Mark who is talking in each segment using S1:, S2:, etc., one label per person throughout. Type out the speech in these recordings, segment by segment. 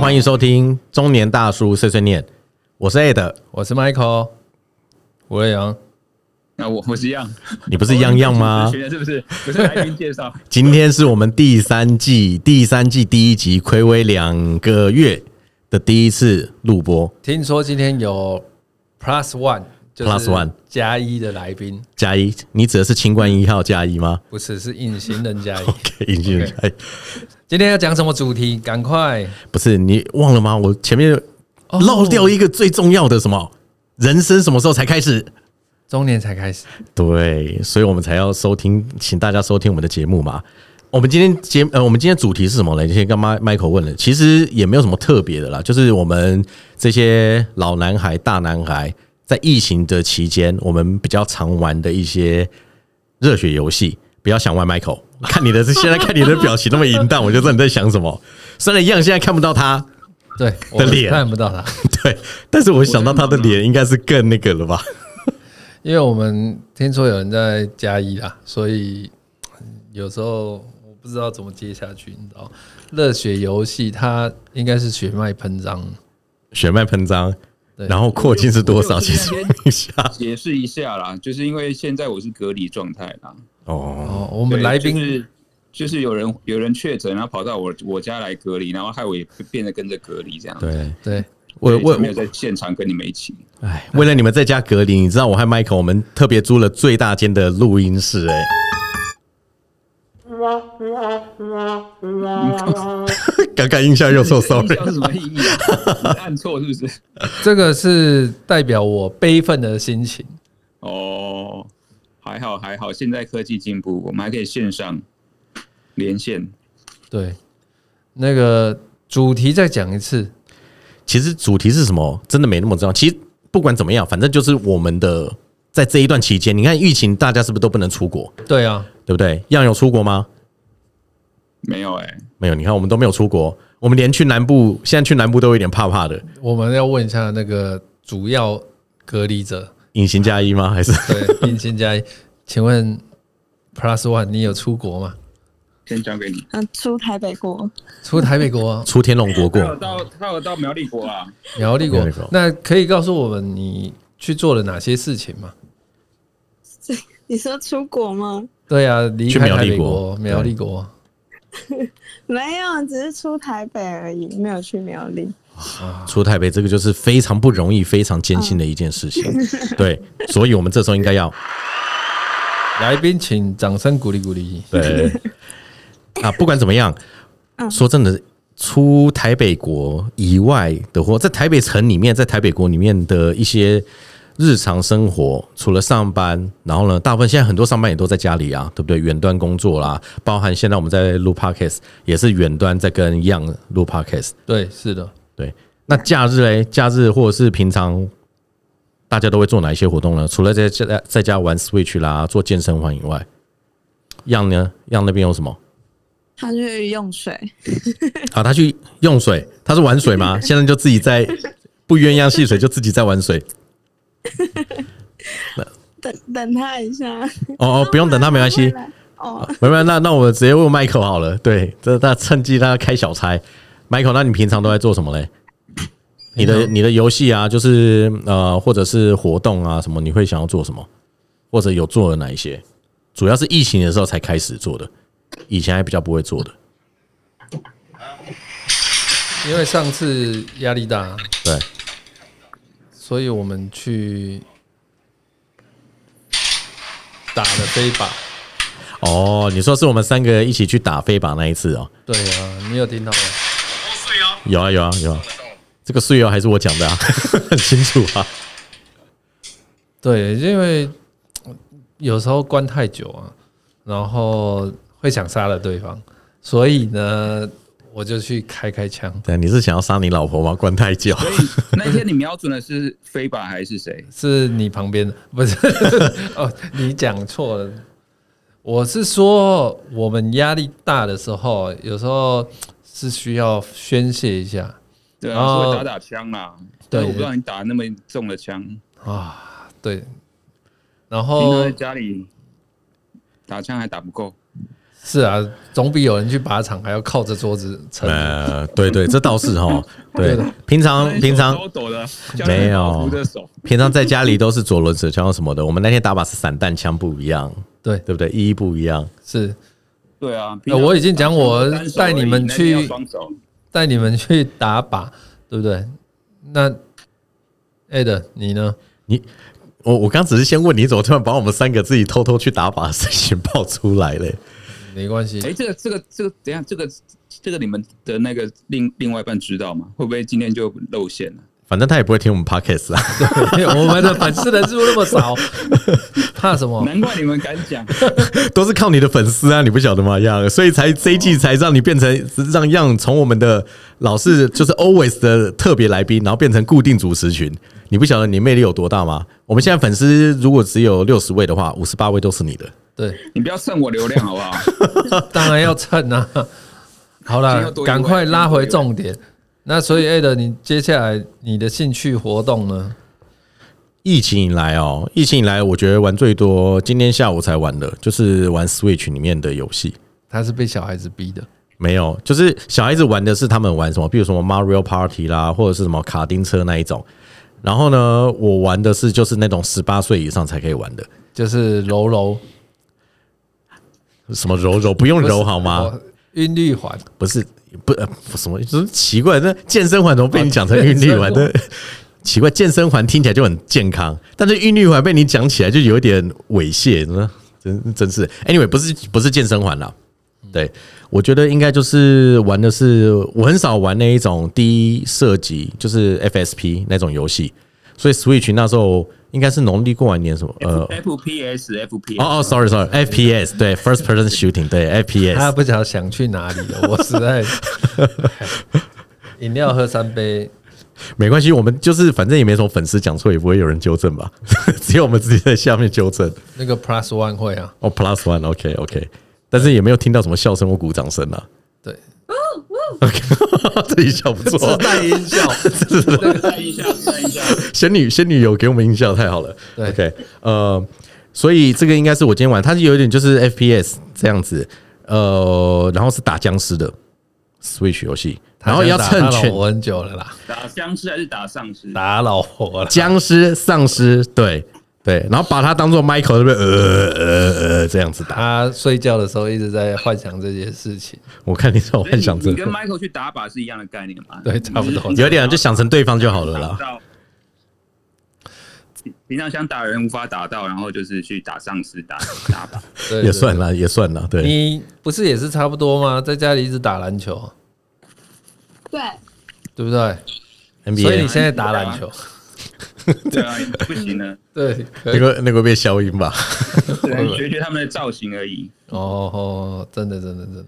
S1: 欢迎收听中年大叔碎碎念，我是 AD，
S2: 我是 Michael，吴瑞阳，
S3: 那我我是一样，
S1: 你不是一样样吗？
S3: 学的哦是不是？不是来宾介绍，
S1: 今天是我们第三季第三季第一集，暌违两个月的第一次录播，
S2: 听说今天有 Plus One，就是
S1: Plus One
S2: 加一的来宾，
S1: 加一，你指的是清冠一号加一吗
S2: 不是是隐形人加一。
S1: ？OK，隐形人加一，
S2: 今天要讲什么主题？赶快！
S1: 哎不是你忘了吗？我前面
S2: 哦
S1: 漏掉一个最重要的什么？人生什么时候才开始？
S2: 中年才开始，
S1: 对，所以我们才要收听，请大家收听我们的节目嘛。我们今天节呃，我们今天主题是什么呢？今天跟麦 Michael 问了，其实也没有什么特别的啦，就是我们这些老男孩、大男孩在疫情的期间，我们比较常玩的一些热血游戏。不要想玩 Michael，看你的是现在看你的表情那么淫荡，我就知道你在想什么。虽然一样现在看不到他，
S2: 对，我
S1: 的脸
S2: 看不到他，
S1: 对，但是我想到他的脸应该是更那个了吧？
S2: 因为我们听说有人在加一啦，所以嗯有时候我不知道怎么接下去，你知道？热血游戏它应该是血脉喷张，
S1: 血脉喷张，
S2: 对
S1: 然后扩进是多少？
S3: 我
S1: 其
S3: 就
S1: 实问一下
S3: 解释一下啦，就是因为现在我是隔离状态啦。
S1: 哦，
S2: 哦，我
S3: 我
S2: 们来宾、
S3: 就是就是有人有人确诊，然后跑到我我家来隔离，然后害我也变得跟着隔离这样。
S1: 对。
S2: 对
S1: 我
S3: 对
S1: 我
S3: 就没有在现场跟你们一起。
S1: 哎，为了你们在家隔离，你知道我和 Michael 我们特别租了最大间的录音室、哎， 嗯哦刚刚音效又受 sorry
S3: 音效是什么意义啊？你按错是不是？
S2: 这个是代表我悲愤的心情。
S3: 哦，还好还好，现在科技进步，我们还可以线上连线。
S2: 对，那个主题再讲一次。
S1: 其实主题是什么，真的没那么重要。其实不管怎么样，反正就是我们的在这一段期间，你看疫情，大家是不是都不能出国，
S2: 对啊，
S1: 对不对？样有出国吗？
S3: 没有哎、
S1: 没有，你看我们都没有出国，我们连去南部，现在去南部都有点怕怕的。
S2: 我们要问一下那个主要隔离者，
S1: 隐形加一吗？还是
S2: 对，应新加一，请问 Plus One 你有出国吗？
S3: 先交给你。
S4: 嗯，出台北过，
S2: 出台北 国、啊
S1: 出天龙国
S3: 他有
S1: 过？
S3: 到他有到苗栗国啊，
S2: 苗栗国
S1: 苗栗国，
S2: 那可以告诉我们你去做了哪些事情吗？
S4: 你说出国吗？
S2: 对啊，离
S1: 去
S2: 开
S1: 苗
S2: 台
S1: 栗
S2: 北
S1: 国
S2: 国，苗栗国
S4: 没有，只是出台北而已，没有去苗栗。
S2: 啊，
S1: 出台北这个就是非常不容易、非常艰辛的一件事情。 对，所以我们这时候应该要
S2: 来宾请掌声鼓励鼓励。
S1: 对啊，不管怎么样，说真的，出台北国以外的或在台北城里面，在台北国里面的一些日常生活，除了上班，然后呢，大部分现在很多上班也都在家里啊，对不对？远端工作啦，包含现在我们在录 podcast 也是远端在跟样录 podcast。
S2: 对，是的，
S1: 对，那假日嘞，假日或者是平常，大家都会做哪一些活动呢？除了在家在家玩 Switch 啦、做健身环以外，样呢？样那边有什么？
S4: 他去用水，
S1: 好，他去用水，他是玩水吗？现在就自己在不鸳鸯戏水，就自己在玩水。
S4: 等等他一下。
S1: 哦哦，不用等他，没关系。
S4: 哦，
S1: 没有，那那我们直接问 Michael 好了。对，这那趁机让他开小差。Michael，那你平常都在做什么嘞？你的
S2: 平常
S1: 你的游戏啊，就是呃，或者是活动啊，什么你会想要做什么，或者有做了哪一些？主要是疫情的时候才开始做的，以前还比较不会做的。
S2: 因为上次压力大，
S1: 对，
S2: 所以我们去打了飞靶。
S1: 哦，你说是我们三个一起去打飞靶那一次哦？
S2: 对啊，你有听到吗？
S1: 有啊有啊有啊，这个碎哦还是我讲的啊， 很清楚啊。
S2: 对，啊因为嗯有时候关太久啊，然后会想杀了对方，所以呢，我就去开开枪，
S1: 对，你是想要杀你老婆吗？关太久。
S3: 所以那天你瞄准的是飞靶还是谁？
S2: 是你旁边的，不是 哦，你讲错了。我是说，我们压力大的时候，有时候是需要宣泄一下
S3: 对
S2: 哦
S3: 啊，是会打打枪啦。
S2: 对
S3: 但是我不知道你打那么重的枪，平
S2: 啊，对。然
S3: 常
S2: 后
S3: 在家里打枪还打不够。
S2: 是啊，总比有人去靶场还要靠着桌子撑。
S1: 呃，对对，这倒是哈。对，平常
S2: 嗯
S1: 平常
S3: 都抖的，
S1: 没有
S3: 扶着手，
S1: 平常在家里都是左轮手枪什么的，我们那天打靶是散弹枪不一样，
S2: 对，
S1: 对不对？意义不一样。
S2: 是
S3: 对啊。
S2: 呃我已经讲我
S3: 单手而
S2: 带
S3: 已
S2: 你们
S3: 那要
S2: 去
S3: 双手，
S2: 带你们去打靶，对不对？那 A 的你呢？
S1: 我我刚只是先问你，怎么突然把我们三个自己偷偷去打靶的 事情爆出来嘞？
S2: 没关系，
S3: 哎，这个这个这个，等一下这个这个你们的那个另另外一半知道吗？会不会今天就露馅了？
S1: 反正他也不会听我们 podcast 啊。
S2: 我们的粉丝人数那么少，怕什么？
S3: 难怪你们敢讲，
S1: 都是靠你的粉丝啊，你不晓得吗？样，所以才这一季才让你变成让样从我们的老是 就是 always 的特别来宾，然后变成固定主持群。你不晓得你魅力有多大吗？我们现在粉丝如果只有六十位的话，五十八位都是你的。
S2: 对，
S3: 你不要蹭我流量好不 好？
S2: 当然要蹭啊。 好
S3: 今天
S2: 啦
S3: 要多，一位
S2: 赶快拉回重点。那所以 A 的，你接下来你的兴趣活动呢？
S1: 疫情以来哦，疫情以来，我觉得玩最多，今天下午才玩的，就是玩 Switch 里面的游戏。
S2: 他是被小孩子逼的，
S1: 没有，就是小孩子玩的是他们玩什么，比如什么 Mario Party 啦，或者是什么卡丁车那一种。然后呢，我玩的是就是那种十八岁以上才可以玩的，
S2: 就是柔柔
S1: 什么柔柔不用
S2: 不是
S1: 柔好吗？
S2: 哦韵律环
S1: 不是不呃不什么，就是奇怪，那健身环怎么被你讲成韵律环
S2: 哦健身
S1: 的？奇怪，健身环听起来就很健康，但是韵律环被你讲起来就有点猥亵，真的真真是。Anyway，不是不是健身环啦，
S2: 嗯
S1: 对我觉得应该就是玩的是我很少玩那一种低射击，就是 FSP 那种游戏，所以 Switch 那时候应该是农历过完年什么
S2: 哦
S1: 呃
S3: FPS FPS，
S1: 哦哦，sorry sorry，FPS 对 First Person Shooting 对 FPS，
S2: 他不晓得想去哪里了。我实 在饮料喝三杯，
S1: 没关系，我们就是反正也没什么粉丝讲错，也不会有人纠正吧， 只有我们自己在下面纠正。
S2: 那个 Plus One 会啊，
S1: 哦、p l u s one，OK OK，, 但是也没有听到什么笑声或鼓掌声啊。
S2: 对，
S1: OK，这 一笑不
S2: 自
S1: 错，
S2: 带音效。
S3: 带一下，带一下。
S1: 仙女仙女有给我们音效，太好了。
S2: 对
S1: OK，呃，所以这个应该是我今天玩，它是有一点就是 FPS 这样子，呃，然后是打僵尸的 Switch 游戏， 然后要
S2: 他想
S1: 趁
S2: 打他
S1: 全
S2: 老婆很久了啦，
S3: 打僵尸还是打丧尸？
S2: 打老婆了。
S1: 僵尸丧尸，对对，然后把它当做 Michael 这边呃呃呃这样子打。
S2: 他睡觉的时候一直在幻想这件事情，
S1: 我看你是有
S3: 所以
S1: 幻
S3: 你
S1: 想症
S3: 你，跟 Michael 去打靶是一样的概念嘛？
S2: 对，差不多。
S1: 有点就想成对方就好了啦。
S3: 到平常想打人无法打到，然后就是去打丧尸打打 靶。
S2: 对
S1: 也算。啦，也算啦，
S2: 对
S1: 对，
S2: 你不是也是差不多吗？在家里一直打篮球，
S4: 对，
S2: 对不对？
S1: 啊
S2: 所以你
S1: NBA
S2: 现在打篮球，
S3: 对啊，不行 了，
S2: 对，可
S1: 那
S2: 以。
S1: 个那个被消音吧？
S3: 只能学学他们的造型而已。
S2: 哦哦，真的，真的，真的。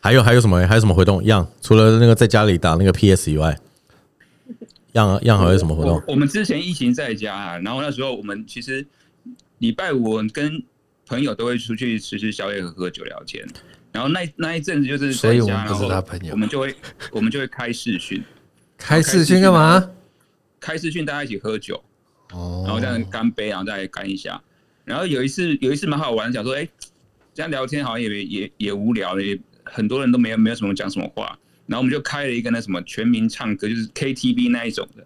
S1: 还有还有什么还有什么活动？样除了那个在家里打那个 PS 以外，样啊样还有什么活
S2: 哦
S1: 动
S3: 我？我们之前疫情在家啊，然后那时候我们其实礼拜五我跟朋友都会出去吃吃宵夜和喝酒聊天。然后那一那一阵子就是在
S2: 所以我
S3: 家
S2: 们不是
S3: 然后
S2: 他朋友
S3: 我们就会我们就会开视讯，
S2: 开视讯干嘛？
S3: 开视讯大家一起喝酒，
S2: 哦
S3: 然后这样干杯，然后再干一下。然后有一次有一次蛮好玩，想说，哎、这样聊天好像也也也无聊，也很多人都没有没有什么讲什么话。然后我们就开了一个那什么全民唱歌，就是 KTV 那一种的。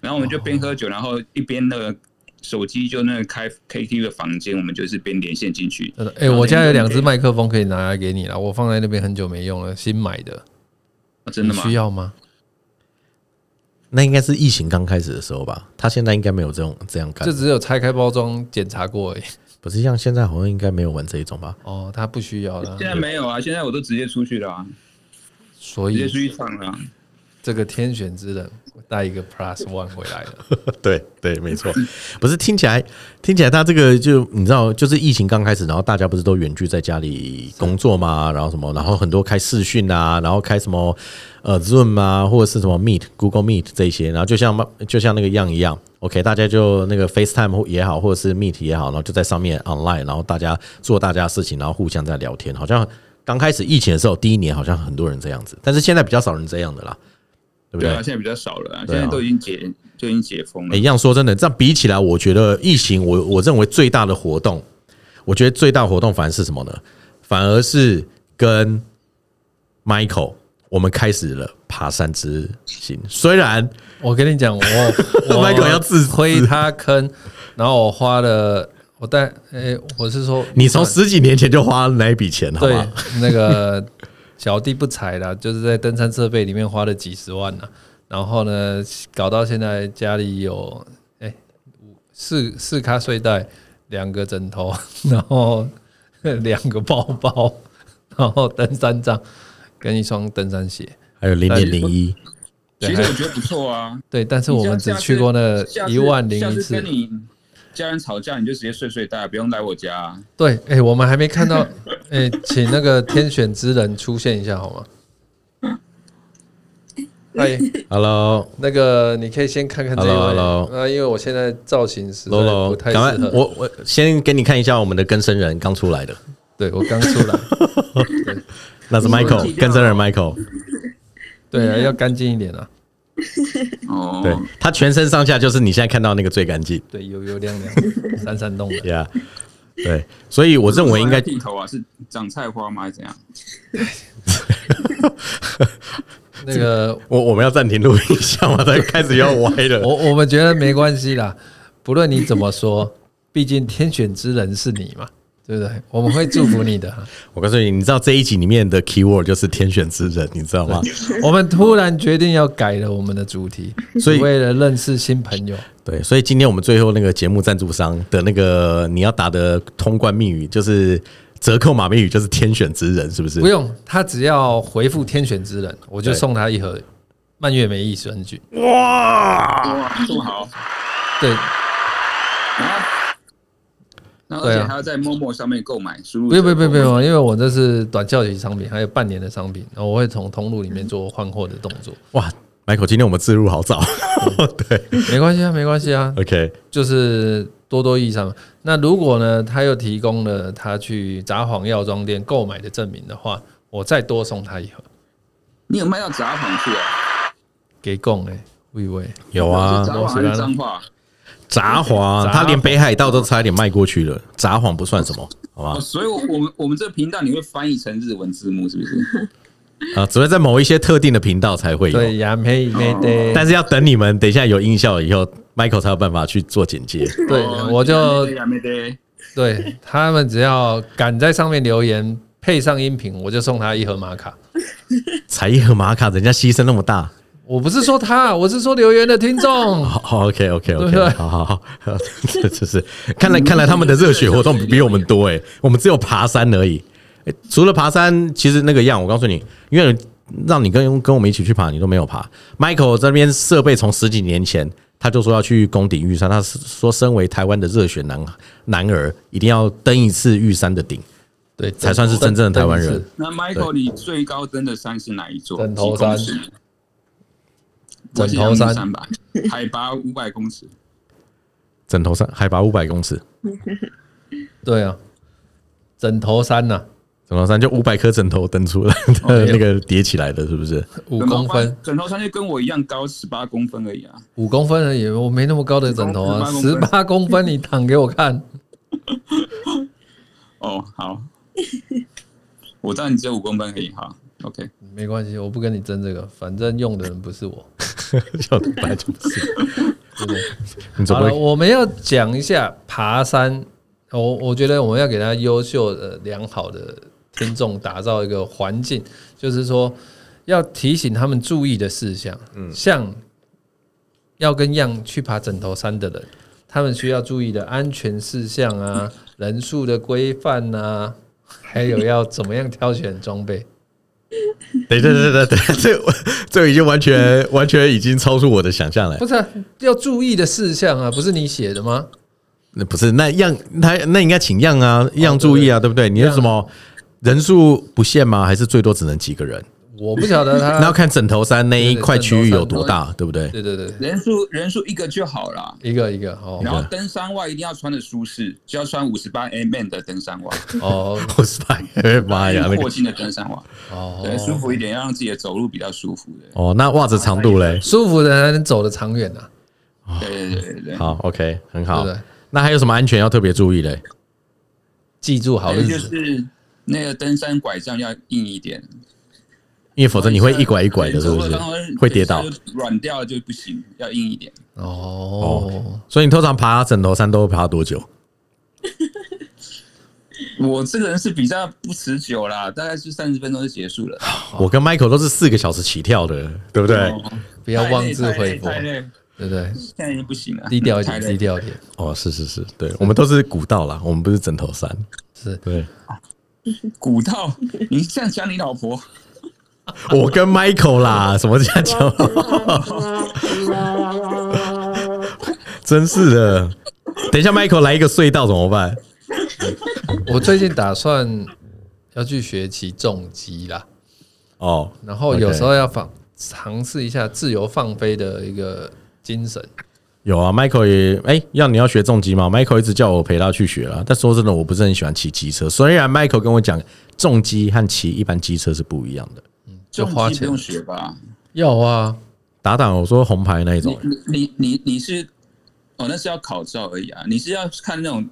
S3: 然后我们就边喝酒，然后一边那个手机就那个开 KTV 的房间，我们就是边连线进去。
S2: 真的，哎、我家有两只麦克风可以拿来给你了，我放在那边很久没用了，新买的，
S3: 啊真的
S2: 你
S3: 吗
S2: 需？要吗？
S1: 那应该是疫情刚开始的时候吧？他现在应该没有这种这样干
S2: 就，只有拆开包装检查过而已。
S1: 不是像现在好像应该没有玩这一种吧？
S2: 哦，他不需要了
S3: 现，在没有啊，现在我都直接出去了、啊，
S2: 所
S3: 直接出
S2: 以
S3: 去唱了啊、
S2: 这个天选之人我带一个 Plus One 回来了。
S1: 对对，没错，不是听起来听起来他这个就你知道，就是疫情刚开始，然后大家不是都远距在家里工作嘛，然后什么，然后很多开视讯啊，然后开什么呃 Zoom 啊，或者是什么 Meet、Google Meet 这一些，然后就像就像那个样一样，OK，大家就那个 FaceTime 或也好，或者是 Meet 也好，然后就在上面 online，然后大家做大家的事情，然后互相在聊天，好像刚开始疫情的时候，第一年好像很多人这样子，但是现在比较少人这样的啦，对不
S3: 对
S1: 对？
S3: 啊，现在比较少了、啊，
S1: 对
S3: 现
S1: 啊
S3: 在都已经解就已经解封了
S1: 欸
S2: 哎
S1: 一。样说真的，这样比起来，我觉得疫情我，我认为最大的活动，我觉得最大活动反而是什么呢反而是跟 Michael 我们开始了爬山之行。虽然
S2: 我跟你讲，我 我
S1: Michael 要自私
S2: 推他坑，然后我花了，我带，诶、我是说，
S1: 你从十几年前就花了那一笔钱，好
S2: 对
S1: 吗？
S2: 那个小弟不才啦，就是在登山设备里面花了几十万啦，然后呢，搞到现在家里有诶五四四咖睡袋，两个枕头， 然后两个包包， 然后登山杖跟一双登山鞋。
S1: 还有零点零一，
S2: 对
S3: 其实
S2: 还
S3: 我觉得不错啊。
S2: 对，但是
S3: 你
S2: 我们
S3: 下
S2: 只
S3: 次
S2: 去过那
S3: 下次
S2: 一万零
S3: 下
S2: 一
S3: 次
S2: 次
S3: 跟。你家人吵架，你就直接睡睡袋，不用来我家啊。
S2: 对，哎、我们还没看到， 哎、请那个天选之人出现一下好吗？ 哎，
S1: Hello，
S2: 那个你可以先看看这一位
S1: Hello，Hello
S2: 那因为我现在造型实在
S1: 喽喽，
S2: 不太
S1: 赶
S2: 适
S1: 快，
S2: 合。
S1: 我我先给你看一下我们的更生人刚出来的，
S2: 对我刚出来，
S1: 那是 Michael 更生人 Michael，
S2: 哦对啊，要干净一点啊。
S3: 哦，
S1: 对他全身上下就是你现在看到那个最干净
S2: 对，油油亮亮， 闪闪动的。
S1: ，Yeah，对，所以我认为应该
S3: 剃头啊，是长菜花吗？还是怎样？
S2: 那个，
S1: 我我们要暂停录音一下嘛，他开始要歪了。
S2: 我我们觉得没关系啦，不论你怎么说，毕竟天选之人是你嘛，对不对？我们会祝福 你的啊。
S1: 我告诉你，你知道这一集里面的 keyword 就是天选之人，你知道吗？
S2: 我们突然决定要改了我们的主题，
S1: 所以
S2: 为了认识新朋友，
S1: 对，所以今天我们最后那个节目赞助商的那个你要打的通关密语就是折扣码密语，就是天选之人，是不是
S2: 不？用他只要回复天选之人，我就送他一盒蔓越莓益生菌。
S3: 哇，这么啊好！
S2: 对，
S3: 然后，然后而
S2: 对啊
S3: 且还要在 Momo 上面购买，输入
S2: 不用不用不用不
S3: 折扣码
S2: 用，因为我这是短效期商品，还有半年的商品，然后我会从通路里面做换货的动作，
S1: 哇，Michael，今天我们自入好 早，对
S2: 没关系啊，没关系啊，
S1: ，OK，
S2: 就是多多益善。那如果呢，他又提供了他去札幌药妆店购买的证明的话，我再多送他一盒，
S3: 你有卖到杂谎去啊？
S2: 给供哎，喂喂，
S1: 有啊
S3: 杂，谎还是脏话？
S1: 札幌，
S2: 札幌
S1: 他连北海道都差一点卖过去了，札幌不算什 么，好
S3: 哦，
S1: 吧？
S3: 所以我我们我们这个频道你会翻译成日文字幕是不是？
S1: 啊，只会在某一些特定的频道才会有，
S2: 对呀，没没得，
S1: 但是要等你们等一下有音效以后，Michael 才有办法去做剪接。
S2: 对
S3: 哦，
S2: 我就
S3: 对啊没得
S2: 对他们只要敢在上面留言，配上音频，我就送他一盒玛卡。
S1: 才艺和玛卡，人家牺牲那么大，
S2: 我不是说他，我是说留言的听众。
S1: 好好，OK OK
S2: 对不对
S1: OK，好好好， 这这是看来看来他们的热血活动比我们多诶，我们只有爬山而已。诶除了爬山，其实那个样，我告诉你，因为让你跟跟我们一起去爬，你都没有爬。Michael 这边设备从十几年前他就说要去攻顶玉山，他是说身为台湾的热血男男儿，一定要登一次玉山的顶。
S2: 对，
S1: 才算是真正的台湾人
S2: 真的是
S3: 那 Michael，你最高登的山是哪一座？
S2: 枕头山
S3: 几公尺
S2: 枕头山
S3: 不是阳明山吧，海拔五百公尺。
S1: 枕头山海拔五百公尺，
S2: 对啊，枕头山呐、
S1: 枕头山就五百颗枕头登出来 的那个叠起来的，是不是？
S2: 五公分，，
S3: 枕头山就跟我一样高十八公分而已啊。
S2: 五公分而已，我没那么高的枕头啊，十
S3: 18公分
S2: 八公分，你躺给我看。
S3: 哦，好，我知道你只有五公分而已。好，OK，
S2: 没关系，我不跟你争这个，反正用的人不是我。
S1: 笑得白就是。你怎
S2: 好
S1: 么
S2: 了，
S1: 会？
S2: 我们要讲一下爬山。我我觉得我们要给他优秀的、良好的听众打造一个环境，就是说要提醒他们注意的事项。嗯，像要跟样去爬枕头山的人，他们需要注意的安全事项 啊、人数的规范啊，还有要怎么样挑选 装备。
S1: 等一下，等一下，等一下，这这已经完全完全已经超出我的想象了
S2: 不。是啊、要注意的事项啊，不是你写的吗？
S1: 那不是那样，他那应该请样啊，样注意啊，对不对？你有什么人数不限吗？还是最多只能几个人？
S2: 我不晓得
S1: 那要
S2: 他。
S1: 看枕头山那一块区域有多大，呃对不对？
S2: 对对对，
S3: 人数人数一个就好啦。
S2: 一个一个 哦
S3: 然后登山袜一定要穿的舒适，就要穿五十八 mm 的登山袜，
S2: 哦
S1: 我是发现，妈 呀，那
S3: 过
S1: 个
S3: 境的登山袜，
S2: 哦，
S3: 对，舒服一点，要让自己的走路比较舒服的。
S1: 哦，那袜子长度嘞？
S2: 舒服的才能走得长远啊，
S3: 对对对对对。
S1: 好，OK，很
S2: 对不
S1: 好
S2: 对。？
S1: 那还有什么安全要特别注意嘞？
S2: 记住好
S3: 还
S2: 日
S3: 有
S2: 子，
S3: 就是那个登山拐杖要硬一点，
S1: 因为否哦则你会一拐一拐的，是不是
S3: 然后然后？
S1: 会跌倒
S3: 就。软掉了就不行，要硬一点。
S2: 哦，
S1: 所以你通常爬枕头山都会爬多久？
S3: 我这个人是比较不持久啦，大概是三十分钟就结束了，
S1: 我跟 Michael 都是四个小时起跳的，对不对？
S3: 哦
S2: 不要妄自菲薄，
S3: 太累太累太累
S2: 对不对？
S3: 现在已经不行了，
S2: 低调一
S3: 太
S2: 点，
S3: 累
S2: 低调一点，
S1: 哦，是是是，对，我们都是古道啦，我们不是枕头山。
S2: 是
S1: 对，
S3: 古道，你这样讲你老婆，
S1: 我跟 Michael 啦，什么这样讲？ 真是的，等一下 Michael 来一个隧道怎么办？
S2: 我最近打算要去学骑重机啦，
S1: 哦，
S2: 然后
S1: OK
S2: 有时候要放尝试一下自由放飞的一个精神。
S1: 有啊，Michael 也哎、要你要学重机吗？Michael 一直叫我陪他去学啦，但说真的，我不是很喜欢骑机车。虽然 Michael 跟我讲，重机和骑一般机车是不一样的。
S2: 就花
S3: 重机
S2: 钱
S3: 不用学吧？
S2: 要啊，
S1: 打档我说红牌那一种
S3: 你，你你你你是哦，那是要考照而已啊，你是要看那种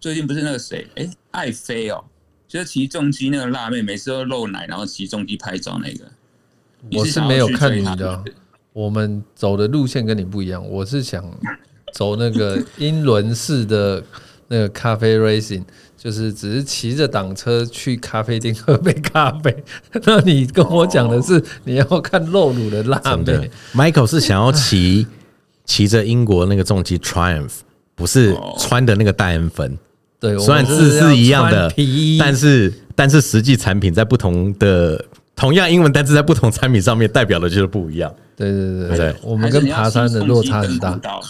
S3: 最近不是那个谁，哎、爱妃哦，就是骑重机那个辣妹，每次都露奶，然后骑重机拍照那个，你
S2: 我是
S3: 想要
S2: 没有
S3: 去
S2: 看
S3: 追
S2: 你
S3: 她
S2: 的啊，我们走的路线跟你不一样，我是想走那 个英伦式的那个咖啡 racing。就是只是骑着挡车去咖啡店喝杯咖啡，那你跟我讲的是你要看露乳哦的辣
S1: 真的
S2: 妹，
S1: ，Michael 是想要骑 骑着英国那个重机 Triumph，不是
S3: 哦
S1: 穿的那个戴恩粉。
S2: 对，
S1: 虽然
S2: 我们
S1: 字
S2: 要
S1: 是一样的
S2: 穿皮衣，
S1: 但是但是实际产品在不同的同样英文单字在不同产品上面代表的就是不一样。
S2: 对对
S1: 对
S2: 对
S1: 对
S2: 对，我们跟爬山的落差很
S3: 还是
S2: 大
S3: 你要骑重机跟古。道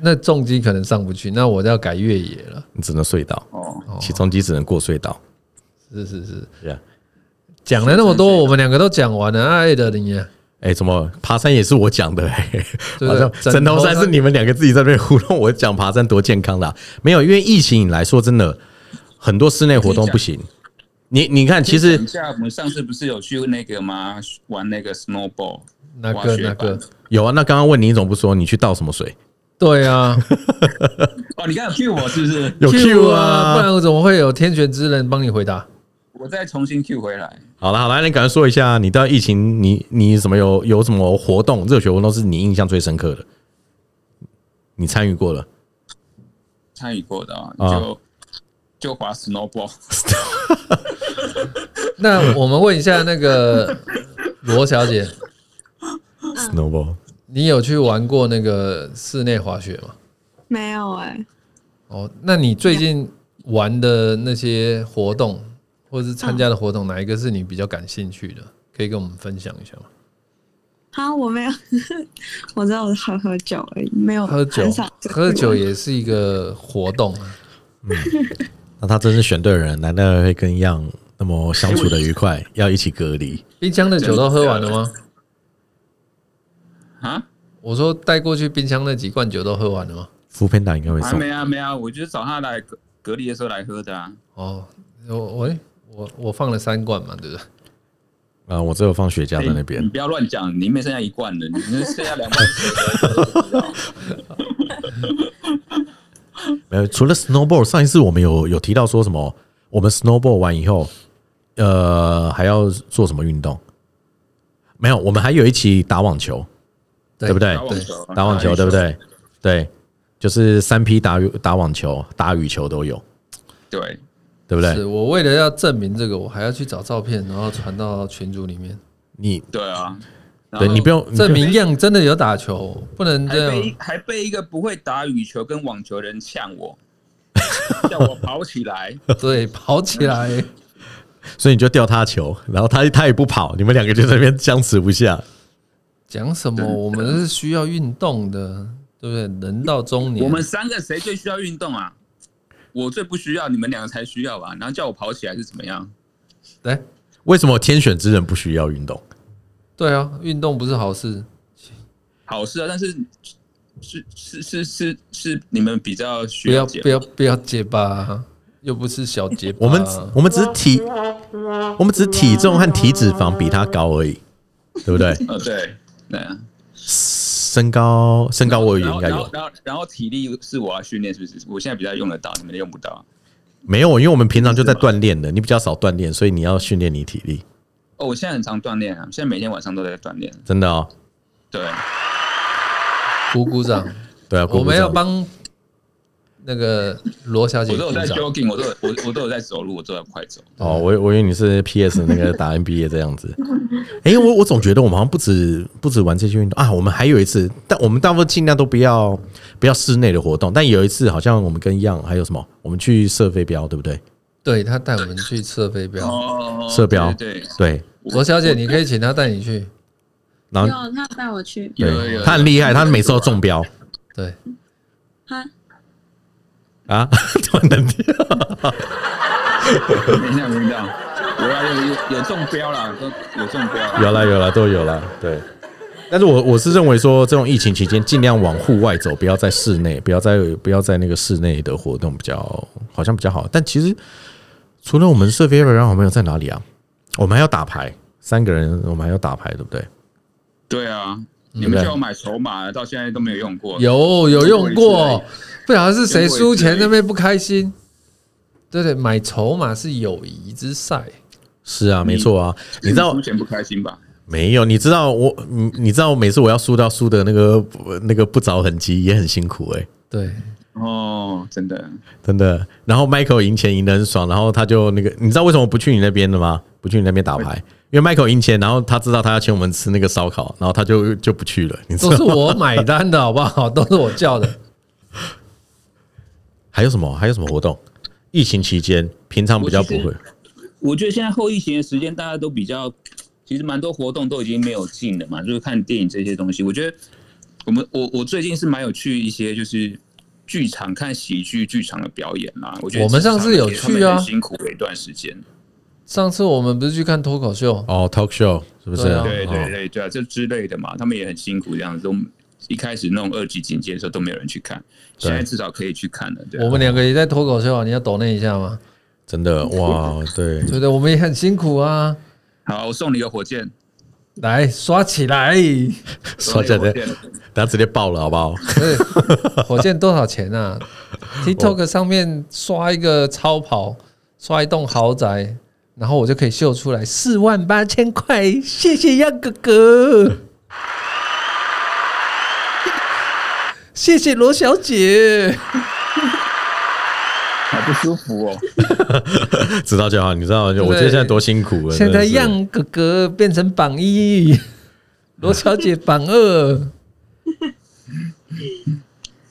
S2: 那重机可能上不去，那我要改越野了。
S1: 你只能隧道，
S3: 哦，
S1: 起重机只能过隧道。
S2: 是是是，
S1: 对啊，
S2: 讲了那么多，我们两个都讲完了。爱的你啊，
S1: 哎，怎么爬山也是我讲的、 欸？
S2: 对
S1: 好像枕
S2: 枕头
S1: 头山
S2: 山
S1: 是你们两个自己在那边糊弄我讲爬山多健康啦、没有，因为疫情以来说真的，很多室内活动不行。你你看，其实
S3: 等一下我们上次不是有去那个吗？玩那个 snowball，
S2: 那
S3: 滑
S2: 个
S3: 雪
S2: 那
S3: 板
S2: 个，
S1: 有啊。那刚刚问你，你怎么不说你去倒什么水？
S2: 对 啊，
S3: 哦，你刚才 cue 我是不是？
S1: 有
S2: Q
S1: Q
S2: 啊，不
S1: 啊！
S2: 然我怎么会有天选之人帮你回答？
S3: 我再重新 cue 回来。
S1: 好了好了，你赶快说一下，你到疫情，你你什么有有什么活动、热血活动是你印象最深刻的？你参与过了？
S3: 参与过的啊，
S1: 啊
S3: 就就滑 snowball，
S2: 那我们问一下那 个罗小姐，
S1: 嗯 Snowball，
S2: 你有去玩过那个室内滑雪吗？
S4: 没有哎、
S2: 哦，那你最近玩的那些活动，或是参加的活动，哪一个是你比较感兴趣的？可以跟我们分享一下吗？
S4: 啊，我没有， 我知道我喝喝酒而已，没有
S2: 喝酒
S4: 哦很少，
S2: 喝酒也是一个活动啊。
S1: 那他真是选对人，难道会跟一样那么相处的愉快，要一起隔离？
S2: 冰箱的酒都喝完了吗？
S3: 啊，
S2: 我说带过去冰箱那几罐酒都喝完了吗？
S1: 福片达应该会
S3: 还
S1: 送
S3: 没啊没啊，我就是找他来隔隔离的时候来喝的啊。
S2: 哦，我我诶我我放了三罐嘛，对不对？
S1: 啊，我只有放雪茄在那边
S3: 哎你。不要乱讲，里面剩下一罐的，你那剩下两 罐水，
S1: 没有，除了 snowboard，上一次我们有有提到说什么，我们 snowboard 完以后，呃，还要做什么运动？没有，我们还有一起打网球，对不？对
S3: 打？网球啊，
S1: 打网球对不？对？对，就是三 P 打羽打网球、打羽球都有，
S3: 对，
S1: 对不
S2: 是
S1: 对？
S2: 我为了要证明这个，我还要去找照片，然后传到群组里面，
S1: 你
S3: 对啊，然
S1: 对
S3: 后
S1: 你不用你不
S2: 证
S1: 用
S2: 明样真的有打球，不能
S3: 还
S2: 这
S3: 被
S2: 样。
S3: 还被一个不会打羽球跟网球的人呛我， 叫我跑 起来，
S2: 对，跑起来，
S1: 所以你就掉他球，然后他他也不跑，你们两个就在那边僵持不下。
S2: 讲什么？
S3: 真的
S2: 我们是需要运动的，对不对？人到中
S1: 啊
S2: 年，
S3: 我们三个谁最需要运动啊？我最不需要，你们两个才需要啊吧？然后叫我跑起来是怎么样？
S2: 来，
S1: 为什么天选之人不需要运动？
S2: 对啊，运动不是好事。
S3: 好事啊，但是是是是是是你们比较
S2: 不
S3: 需
S2: 要
S3: 要解
S2: 不要不要结巴，又不是小结巴。
S1: 我们
S3: 呃
S1: 我们只是体，我们只是体重和体脂肪比他高而已，对不对？
S3: 呃对对啊，
S1: 身高身高我也
S3: 然
S1: 应
S3: 后
S1: 该
S3: 然
S1: 有
S3: 后，然后然后体力是我要训练，是不是？我现在比较用得到，你们用不到。
S1: 没有，因为我们平常就在锻炼的，你比较少锻炼，所以你要训练你体力，
S3: 哦，我现在很常锻炼啊，现在每天晚上都在锻炼。
S1: 真的哦。
S3: 对，啊
S2: 鼓鼓掌，
S1: 对啊，
S2: 我
S1: 们
S2: 们要帮那个罗小姐
S3: 我都
S2: 鼓
S3: 有在
S2: 掌。
S3: jogging，我都有我我都有在走路，我都在快走。
S1: 哦，我我以为你是 PS 那个打 NBA 这样子。哎、我我总觉得我们好像不止不止玩这些运动啊，我们还有一次，但我们大部分尽量都不要不要室内的活动。但有一次好像我们跟一样，还有什么，我们去射飞镖，对不对？
S2: 对他带我们去测飞镖，
S3: 哦，
S1: 啊射标
S3: 对对
S1: 对，
S2: 罗小姐，你可以请他带你去。
S1: 然后
S5: 有他带我去，
S3: 有有
S1: 对，
S3: 有
S1: 他很厉害，他每次都中标
S2: 对，
S5: 哈，
S1: 啊， 突然冷掉。
S3: 对，没想没到，有啦有有有中标啦，都有中标 啦。
S1: 有啦有啦都有啦，对。但是我我是认为说，这种疫情期间尽量往户外走，不要在室内，不要在不要在那个室内的活动比较好像比较好。但其实除了我们射飞镖，然后我们有在哪里啊？我们还要打牌，三个人我们还要打牌，对不对？
S3: 对啊，你们叫我买筹码，到现在都没有用 过。
S2: 有有用
S3: 用
S2: 过
S3: 过，
S2: 不晓得是谁
S3: 用过一
S2: 输
S3: 次而
S2: 钱
S3: 已
S2: 那边不开心。对对，买筹码是友谊之赛，
S1: 是啊，没错啊。你知道
S3: 目前不开心吧？
S1: 没有？你知道我，你你知道我每次我要输到输的那个那个不着痕迹，也很辛苦哎、
S2: 对，
S3: 哦，真的，
S1: 真的。然后 Michael 赢钱赢得很爽，然后他就那个，你知道为什么不去你那边的吗？不去你那边打牌，因为 Michael 赢钱，然后他知道他要请我们吃那个烧烤，然后他就就不去了。你知
S2: 都
S1: 道
S2: 是我买单的好不 好？都是我叫的。
S1: 还有什么？还有什么活动？疫情期间，平常比较不
S3: 我其
S1: 会
S3: 实我觉得现在后疫情的时间，大家都比较，其实蛮多活动都已经没有劲了嘛，就是看电影这些东西。我觉得我们我我最近是蛮有去一些就是剧场看喜剧剧场的表演啦。我觉得
S2: 我们上次有
S3: 其实他们
S2: 去啊
S3: 也辛苦了一段时间。
S2: 上次我们不是去看脱口秀，
S1: 哦，talk show 是不是？
S2: 对啊
S3: 对对
S1: 哦
S3: 对对啊，这之类的嘛，他们也很辛苦，这样子都一开始那种二级警戒的时候都没有人去看，
S1: 对
S3: 现在至少可以去看了。对啊、
S2: 我们两个也在脱口秀啊，你要抖那一下吗？
S1: 真的哇， 对，
S2: 对不对？我们也很辛苦啊，
S3: 好，我送你一个火箭，
S2: 来刷起来！
S1: 说
S3: 送
S1: 真
S3: 你一
S1: 的
S3: 个，火箭
S1: 等下直接爆了好不好？
S2: 不是火箭多少钱啊？TikTok 上面刷一个超跑，刷一栋豪宅，然后我就可以秀出来四万八千块，谢谢样哥 哥，谢谢罗小姐。
S3: 好不舒服哦。
S1: 知道就好。你知道，就我觉得
S2: 对
S1: 现在多辛苦了。
S2: 现
S1: 真
S2: 在
S1: 的是
S2: 样哥哥变成榜一，罗小姐榜二。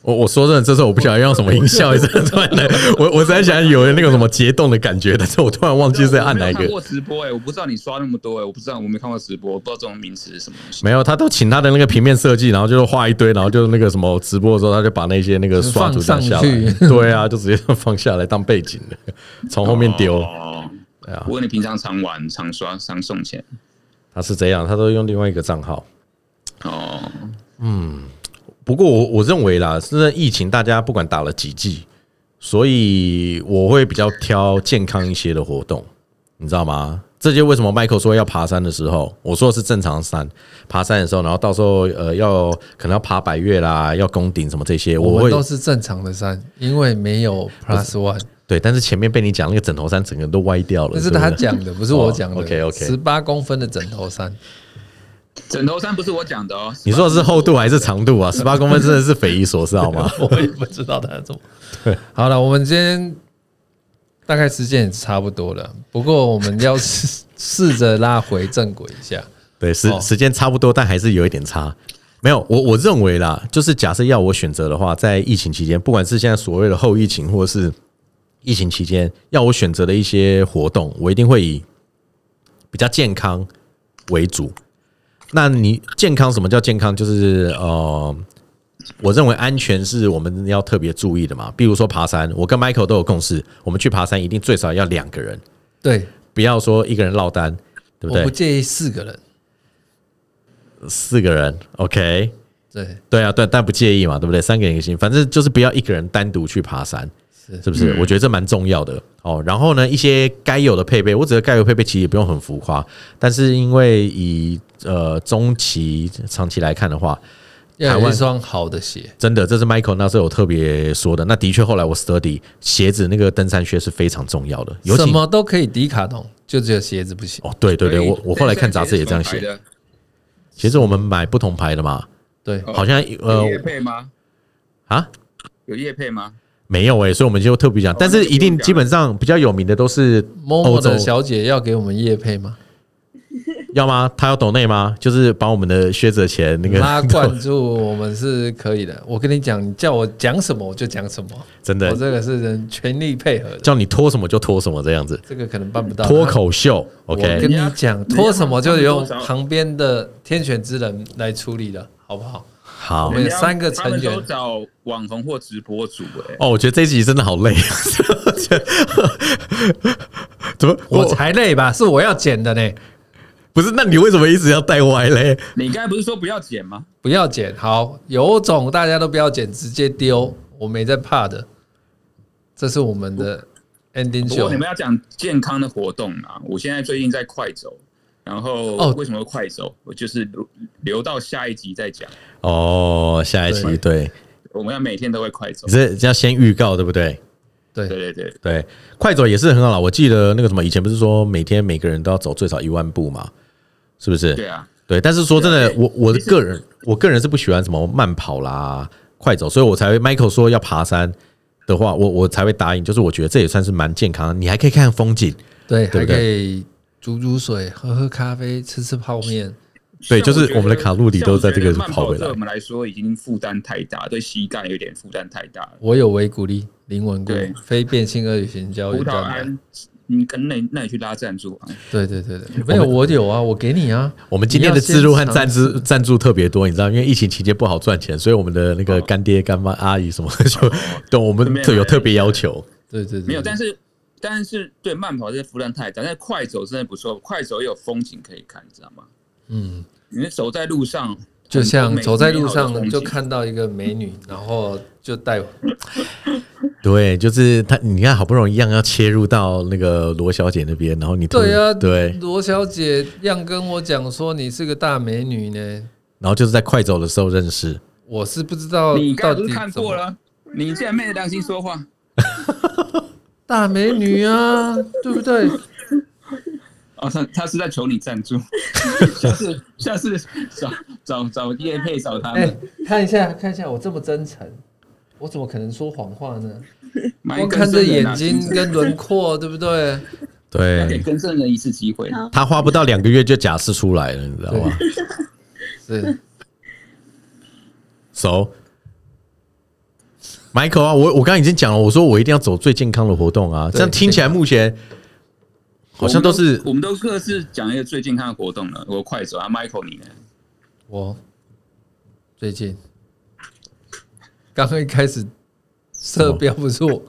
S1: 我我说真的，这时候我不晓得要用什么音效，真的突然来，我我在想有那个什么结冻的感觉，但是我突然忘记是要按哪一
S3: 我没有看
S1: 个。
S3: 过直播哎、我不知道你刷那么多哎、我不知道，我没看过直播，我不知道这种名词是什么东西。
S1: 没有，他都请他的那个平面设计，然后就画一堆，然后就那个什么直播的时候，他就把那些那个刷图这样下
S2: 放上
S1: 来，对啊，就直接放下来当背景 的，从后面丢。
S3: 哦，
S1: 对啊
S3: 不，过你平常常玩、常刷、常送钱
S1: 他是这样，他都用另外一个账号。
S3: 哦。
S1: 不过我我认为啦，是疫情大家不管打了几剂，所以我会比较挑健康一些的活动，你知道吗？这就为什么 Michael 说要爬山的时候，我说的是正常山，爬山的时候，然后到时候呃要可能要爬百越啦，要攻顶什么这些，
S2: 我
S1: 我
S2: 们
S1: 会
S2: 都是正常的山，因为没有 plus one，
S1: 对。但是前面被你讲那个枕头山，整个都歪掉了。
S2: 那是
S1: 对不
S2: 他
S1: 对
S2: 讲的，不是我讲的。
S1: 哦，OK，OK
S2: 十八公分的枕头山，
S3: 枕头山不是我讲的哦，
S1: 你说的是厚度还是长度啊？十八公分真的是匪夷所思，好吗？
S2: 我也不知道他 怎么。好了，我们今天大概时间也差不多了，不过我们要试 试着拉回正轨一下。
S1: 对，时
S2: 哦
S1: 时间差不多，但还是有一点差。没有，我我认为啦，就是假设要我选择的话，在疫情期间，不管是现在所谓的后疫情，或者是疫情期间，要我选择的一些活动，我一定会以比较健康为主。那你健康，什么叫健康？就是呃，我认为安全是我们要特别注意的嘛。比如说爬山，我跟 Michael 都有共识，我们去爬山一定最少要两个人，
S2: 对，
S1: 不要说一个人落单，对不
S2: 我不
S1: 对？
S2: 介意四个人。
S1: 四个人，OK。
S2: 对，
S1: 对啊，对，但不介意嘛，对不对？三个人也行，反正就是不要一个人单独去爬山，
S2: 是
S1: 是不
S3: 嗯
S1: 是？我觉得这蛮重要的哦。然后呢，一些该有的配备，我指的该有配备其实也不用很浮夸，但是因为以呃中期、长期来看的话，
S2: 要
S1: 台
S2: 有
S1: 湾
S2: 一双好的鞋，
S1: 真的，这是 Michael 那时候有特别说的。那的确，后来我 study 鞋子那个登山靴是非常重要的，尤
S2: 什
S1: 其
S2: 么都可以迪卡侬，就只有鞋子不行。
S1: 哦，对对对，
S3: 所以
S1: 我我后来看杂志也这样
S3: 所以
S1: 写。呃
S3: 是什么
S1: 其实我们买不同牌的嘛，
S2: 对，
S3: 哦
S1: 好像
S3: 牌的
S1: 呃
S3: 有叶配吗？
S1: 啊
S3: 有叶配吗？
S1: 没有哎、所以我们就特别
S2: 哦
S1: 讲，但是一定基本上比较有名的都是
S2: 某
S1: 欧
S2: 某
S1: 洲
S2: 的小姐要给我们夜配吗？
S1: 要吗？他要懂内吗？就是把我们的靴子的钱那个
S2: 拉灌注我们是可以的。我跟你讲，你叫我讲什么我就讲什么，
S1: 真
S2: 我
S1: 的
S2: 这个是人全力配合的，
S1: 叫你脱什么就脱什么这样子，
S2: 这个可能办不到。
S1: 脱口秀
S2: 我
S1: ，OK，
S2: 跟你讲，脱什么就
S3: 人
S2: 用
S3: 家
S2: 旁边的天选之人来处理了，好不好？
S1: 好
S2: 我们有三个成员
S3: 他们都找网红或直播主哎、
S1: 哦，我觉得这一集真的好累，啊 怎么
S2: 我
S1: 我
S2: 才累吧，是我要剪的呢，
S1: 不是？那你为什么一直要带歪嘞？
S3: 你刚才不是说不要剪吗？
S1: 哦
S2: 不要剪。好，有种大家都不要剪，直接丢，我没在怕的。这是我们的 ending
S3: 不过
S2: show
S3: 你。们要讲健康的活动啊，我现在最近在快走，然后
S2: 哦
S3: 为什么会快走？我就是留留到下一集再讲。
S1: 哦，下一集
S2: 对
S1: 对，
S3: 我们要每天都会快走
S1: 你。这这要先预告对不对？
S3: 对
S2: 对，
S3: 对对，
S1: 对，快走也是很好啦。我记得那个什么，以前不是说每天每个人都要走最少一万步嘛，是不是？
S3: 对啊，
S1: 对，但是说真的
S3: 对，
S1: 我我的
S3: 其实
S1: 个人，我个人是不喜欢什么慢跑啦、快走，所以我才会 Michael 说要爬山的话，我我才会答应。就是我觉得这也算是蛮健康的，你还可以看风景。
S2: 对，
S1: 对
S2: 还
S1: 不对
S2: 可以煮煮水，喝喝咖啡，吃吃泡面。
S1: 对就
S3: 像
S1: 是
S3: 觉得
S1: 我们的卡路里都在这个
S3: 像我觉得慢
S1: 跑
S3: 跑
S1: 回来
S3: 对我们来说已经负担太大，对膝盖有点负担太大了。
S2: 我有维骨力、灵魂菇
S3: 对、
S2: 非变性鳄鱼型胶原
S3: 葡萄
S2: 蛋白。
S3: 胺，你跟那那你去拉赞助啊？
S2: 对对对对，没有我有啊，我给你啊。
S1: 我们今天的自入和赞
S2: 你要先
S1: 助
S2: 尝试
S1: 赞助特别多，你知道，因为疫情期间不好赚钱，所以我们的那
S2: 哦
S1: 个干爹、干妈、阿姨什么的就， 对我们
S3: 顺便
S1: 特有
S3: 来
S1: 特别要求。
S2: 对对对，
S3: 没有，但
S2: 是
S3: 是但是对慢跑这负担太大，但是快走真的不错，快走也有风景可以看，你知道吗？
S2: 嗯，
S3: 你走在路上，
S2: 就像走在路
S3: 很多
S2: 上
S3: 美
S2: 就看到一个美女，然后就带我。
S1: 对，就是他，你看好不容易一样要切入到那个罗小姐那边，然后你突
S2: 对啊，
S1: 对，
S2: 罗小姐样跟我讲说你是个大美女呢，
S1: 然后就是在快走的时候认识。
S2: 我是不知道
S3: 你刚
S2: 到
S3: 才不
S2: 底
S3: 是看
S2: 怎么
S3: 过了？你竟然昧着良心说话
S2: 大美女啊，对不 对？
S3: 哦，他他是在求你赞助， 下次下次找找找叶佩找他
S2: 哎、
S3: 们，
S2: 看一下看一下，我这么真诚，我怎么可能说谎话呢？
S3: 买
S2: 光
S3: 更
S2: 看这
S3: 生人
S2: 眼
S3: 啊
S2: 睛
S3: 其实
S2: 跟 轮廓，对不对？
S3: 要
S1: 对，
S3: 给更生人一次机会。
S5: 好
S1: 他花不到两个月就假释出来了，你知道 吗？
S2: 是，
S1: 熟、Michael 啊，我我刚刚已经讲了，我说我一定要走最健康的活动啊，这
S2: 对
S1: 样听起来目前好像都是
S3: 我们都我们都各自讲一个最健康的活动了。我快走啊，Michael 你呢？
S2: 我最近刚刚一开始射标不是我，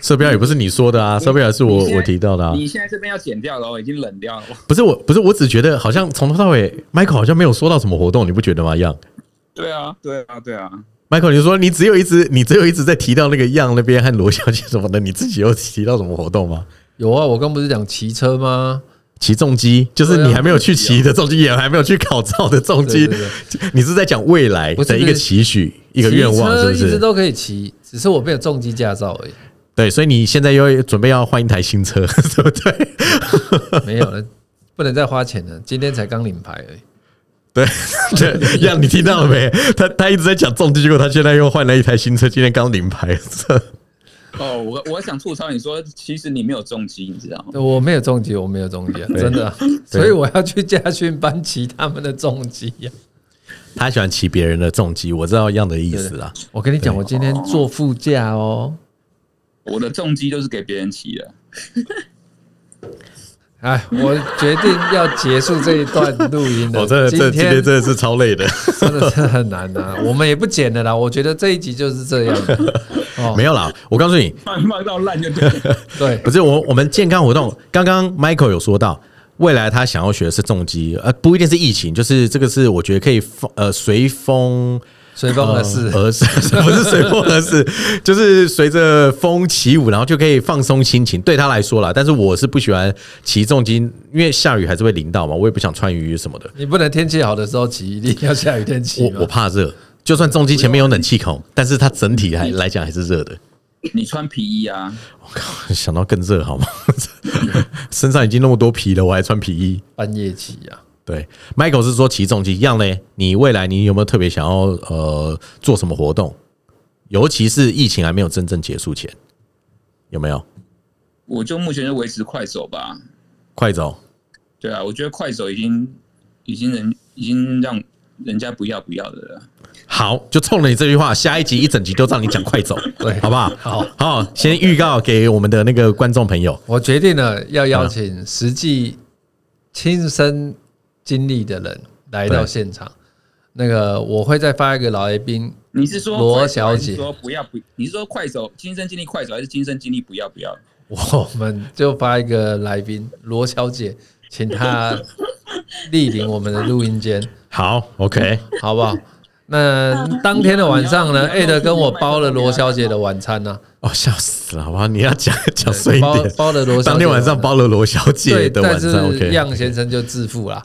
S1: 射标也不是你说的啊，射标也是我
S3: 你现在
S1: 我提到的啊，
S3: 你现在这边要剪掉了，已经冷掉了。
S1: 不是我不是我只觉得好像从头到尾 Michael 好像没有说到什么活动，你不觉得吗？样
S3: 对啊，对啊，对啊。
S1: Michael，你说你只有一直你只有一直在提到那个样那边和罗小姐什么的，你自己有提到什么活动吗？
S2: 有啊，我刚不是讲骑车吗？
S1: 骑重机，就是
S2: 啊
S1: 你还没有去骑的重机， 也还没有去考照的重机
S2: 对对，
S1: 你是在讲未来
S2: 不是
S1: 的一个期许、一
S2: 一
S1: 个愿望，是不
S2: 一直
S1: 是？
S2: 都可以骑，只是我没有重机驾照 而已，
S1: 对，所以你现在又准备要换一台新车， 对不对？
S2: 没有了，不能再花钱了。今天才刚领牌而已。
S1: 对， 对，样你听到了没？他他一直在讲重机，结果他现在又换了一台新车，今天刚领牌。
S3: 哦，我我想吐槽你说，其实你没有重击，你知道吗？
S2: 对我没有重击，我没有重击啊，真的啊、所以我要去家训班骑他们的重啊击呀、
S1: 他喜欢骑别人的重机，我知道样的意思啦。
S2: 我跟你讲，我今天坐副驾哦。
S3: 我的重击都是给别人骑的。
S2: 哎，我决定要结束这一段录音了。
S1: 我哦这这
S2: 哦今
S1: 今天
S2: 天
S1: 真的是超累的，
S2: 真的是很难啊，我们也不剪了啦。我觉得这一集就是这 样。哦
S1: 没有啦。我告诉你，
S3: 慢慢到烂就对了。
S2: 对
S1: 不是我，我们健康活动，刚刚 Michael 有说到，未来他想要学的是重机，呃，不一定是疫情，就是这个是我觉得可以风呃随风
S2: 随风而逝
S1: 呃，而逝，不是 随风而逝，就是随着风起舞，然后就可以放松心情。对他来说啦，但是我是不喜欢骑重机，因为下雨还是会淋到嘛，我也不想穿雨衣什么的，
S2: 你不能天气好的时候骑，一定要下雨天骑
S1: 我
S2: 嘛。
S1: 我怕热。就算重机前面有冷气孔，但是它整体来来讲还是热的。
S3: 你穿皮衣啊，
S1: 我靠，想到更热好吗？ 身上已经那么多皮了，我还穿皮衣。
S2: 半夜骑啊，
S1: 对，Michael 是说骑重机一样嘞。你未来你有没有特别想要呃做什么活动？尤其是疫情还没有真正结束前，有没有？
S3: 我就目前就维持快手吧。
S1: 快走，
S3: 对啊，我觉得快手已经已经人已经让人家不要不要的了。
S1: 好，就冲着你这句话，下一集一整集都让你讲快走，
S2: 对
S1: 好不好？
S2: 好
S1: 好，先预告给我们的那个观众朋友，
S2: 我决定了要邀请实际亲身经历的人来到
S1: 对
S2: 现场。那个我会再发一个老 A 兵，
S3: 你是说
S2: 罗
S3: 快手
S2: 小
S3: 还是
S2: 姐
S3: 说不要不？你是说快手亲身经历快手，还是亲身经历不要不要？
S2: 我们就发一个来宾罗小姐，请她莅临我们的录 音间，
S1: 好，OK，
S2: 好不好？那当天的晚上呢，艾
S3: 你要
S2: 德跟我包了罗小姐的晚餐呢、
S1: 哦，笑死了，好吧，你要讲讲碎一
S2: 包
S1: 点。
S2: 包了罗小姐的晚餐，
S1: 当天晚上包了罗小姐
S2: 对，
S1: 的
S2: 但
S1: 晚餐
S2: 是
S1: ，OK
S2: 样先生就自负啦。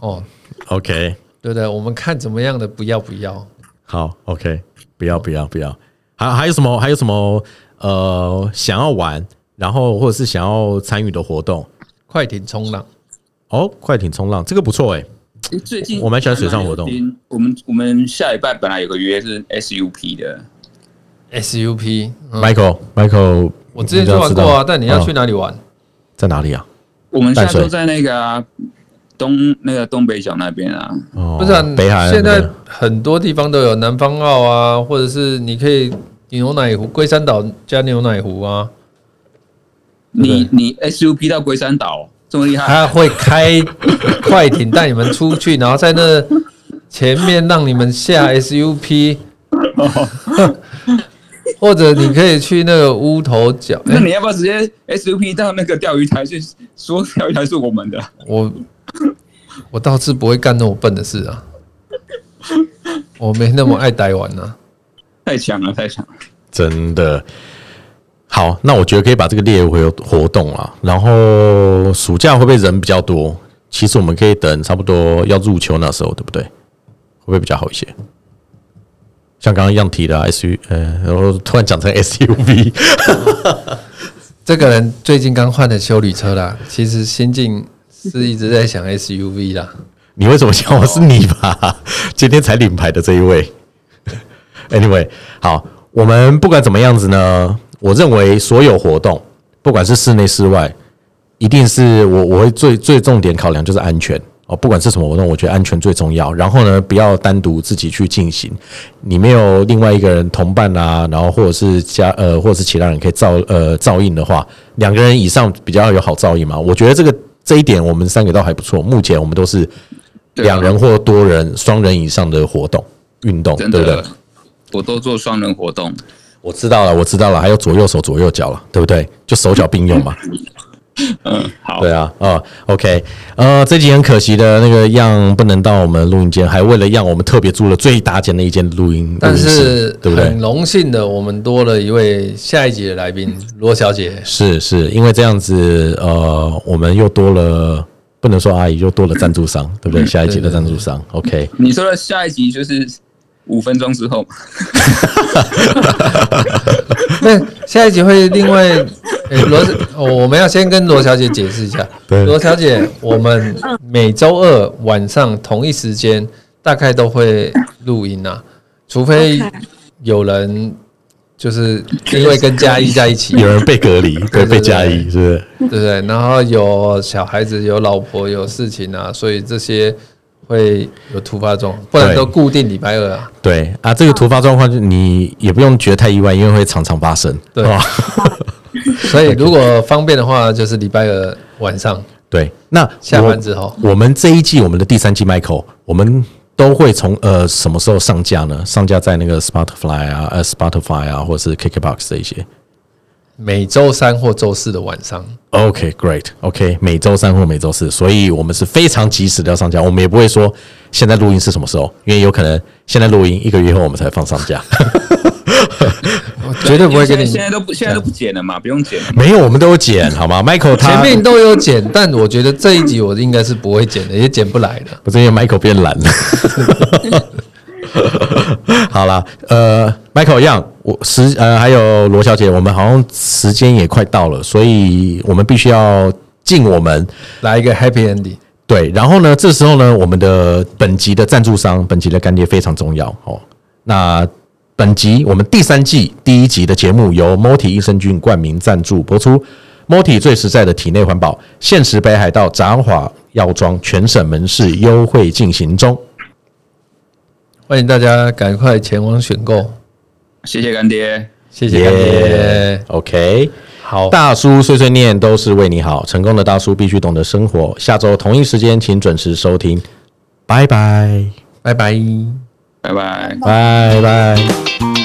S2: 哦，
S1: OK，
S2: 对不对？我们看怎么样的不要不要，
S1: 好，OK，不要不要不要，还还有什么还有什么呃想要玩，然后或者是想要参与的活动
S2: 快艇冲浪。
S1: 哦，快艇冲浪这个不错哎、
S3: 诶最近
S1: 我蛮喜欢水上活动。
S3: 我们我们下礼拜本来有个约是 SUP 的，
S2: SUP，、嗯、
S1: m i c h a e l Michael，
S2: 我之前就玩过啊，但你要去
S1: 哪、
S2: 哪里玩？
S1: 哦在哪里啊？
S3: 我们下
S1: 淡水
S3: 周在那个啊、东那个东北角那边啊，
S1: 哦
S2: 不是、啊，
S1: 北海岸
S2: 现
S1: 那
S2: 在
S1: 边
S2: 很多地方都有南方澳啊，或者是你可以牛奶湖、龟山岛加牛奶湖啊，
S3: 你你 SUP 到龟山岛这么厉害，
S2: 他会开快艇带你们出去，然后在那前面让你们下 SUP，或者你可以去那个乌头 角，
S3: 那你要不要直接 SUP 到那个钓鱼台去说钓鱼台是我们的？
S2: 我我倒是不会干那么笨的事啊，我没那么爱呆玩呐、啊。
S3: 太强了，太强了！
S1: 真的。好，那我觉得可以把这个列为活动啊。然后暑假会不会人比较多？其实我们可以等差不多要入秋那时候，对不对？会不会比较好一些？像刚刚一样提的、啊、S U，呃，然后突然讲成 S U V，
S2: 这个人最近刚换了修理车啦，其实心境是一直在想 SUV 啦。
S1: 你为什么想我是你吧？今天才领牌的这一位。Anyway，好，我们不管怎么样子呢，我认为所有活动，不管是室内室外，一定是我我会最最重点考量就是安全哦，不管是什么活动，我觉得安全最重要。然后呢，不要单独自己去进行，你没有另外一个人同伴啊，然后或者是家呃，或者是其他人可以照呃照应的话，两个人以上比较有好照应嘛。我觉得这个这一点我们三个倒还不错，目前我们都是
S3: 对啊
S1: 两人或多人、双人以上的活动运动，对
S3: 真
S1: 不对
S3: 的？，我都做双人活动，
S1: 我知道了，我知道了，还有左右手、左右脚了，对不对？就手脚并用嘛。
S3: 嗯，好
S1: 对，啊，啊、o k 呃，这集很可惜的那个样不能到我们录音间，还为了让我们特别租了最大间的一间录音，
S2: 但
S1: 录音
S2: 是
S1: 室对不
S2: 很
S1: 对？
S2: 荣幸的，我们多了一位下一集的来宾罗小姐。
S1: 是是，因为这样子，呃，我们又多了，不能说阿姨，又多了赞助商，对不对？下一集的赞助商，OK，
S3: 你说的下一集就是五分钟之后嘛，
S2: 那下一集会另外，诶罗、哦我们要先跟罗小姐解释一下。
S1: 对
S2: 罗小姐，我们每周二晚上同一时间大概都会录音啊，除非
S4: OK
S2: 有人就是因为跟嘉一在一起，
S1: 有人被隔离，对，
S2: 对对
S1: 被加一，是不是？
S2: 对不对？然后有小孩子、有老婆、有事情啊，所以这些会有突发状况，不然
S1: 对
S2: 都固定礼拜二啊。
S1: 对啊，这个突发状况，就你也不用觉得太意外，因为会常常发生，哦
S2: 对
S1: 好吧
S2: 所以如果方便的话，就是礼拜二晚上
S1: 对，那
S2: 下
S1: 我
S2: 班之后
S1: 我们这一季我们的第三季 Michael，我们都会从呃什么时候上架呢？上架在那个 Spotify 啊、呃 Spotify 啊，或者是 KKBox 这一些。
S2: 每周三或周四的晚上。
S1: OK，Great，OK，、每周三或每周四，所以我们是非常及时的要上架，我们也不会说现在录音是什么时候，因为有可能现在录音一个月后我们才放上架。
S2: 我 绝对不会
S3: 现
S2: 跟
S3: 在
S2: 你
S3: 现在都不现在都不剪了嘛，不用剪了嘛。
S1: 没有，我们都有剪好吗？Michael 他
S2: 前面都有剪，但我觉得这一集我应该是不会剪的，也剪不来的。
S1: 我这边 Michael 变懒了。好啦，呃，Michael 一样，我时呃还有罗小姐，我们好像时间也快到了，所以我们必须要尽我们
S2: 来一个 happy ending。
S1: 对，然后呢，这时候呢，我们的本集的赞助商，本集的干爹非常重要哦。那本集我们第三季第一集的节目由 Moti 益生菌冠名赞助播出。Moti 最实在的体内环保，限时北海道札幌药妆全省门市优惠进行中。
S2: 欢迎大家赶快前往选购，
S3: 谢谢干爹，
S2: 谢谢干爹。
S1: OK，
S2: 好，
S1: 大叔碎碎念都是为你好，成功的大叔必须懂得生活。下周同一时间请准时收听，拜拜，
S2: 拜拜。
S3: 拜拜。
S1: 拜拜。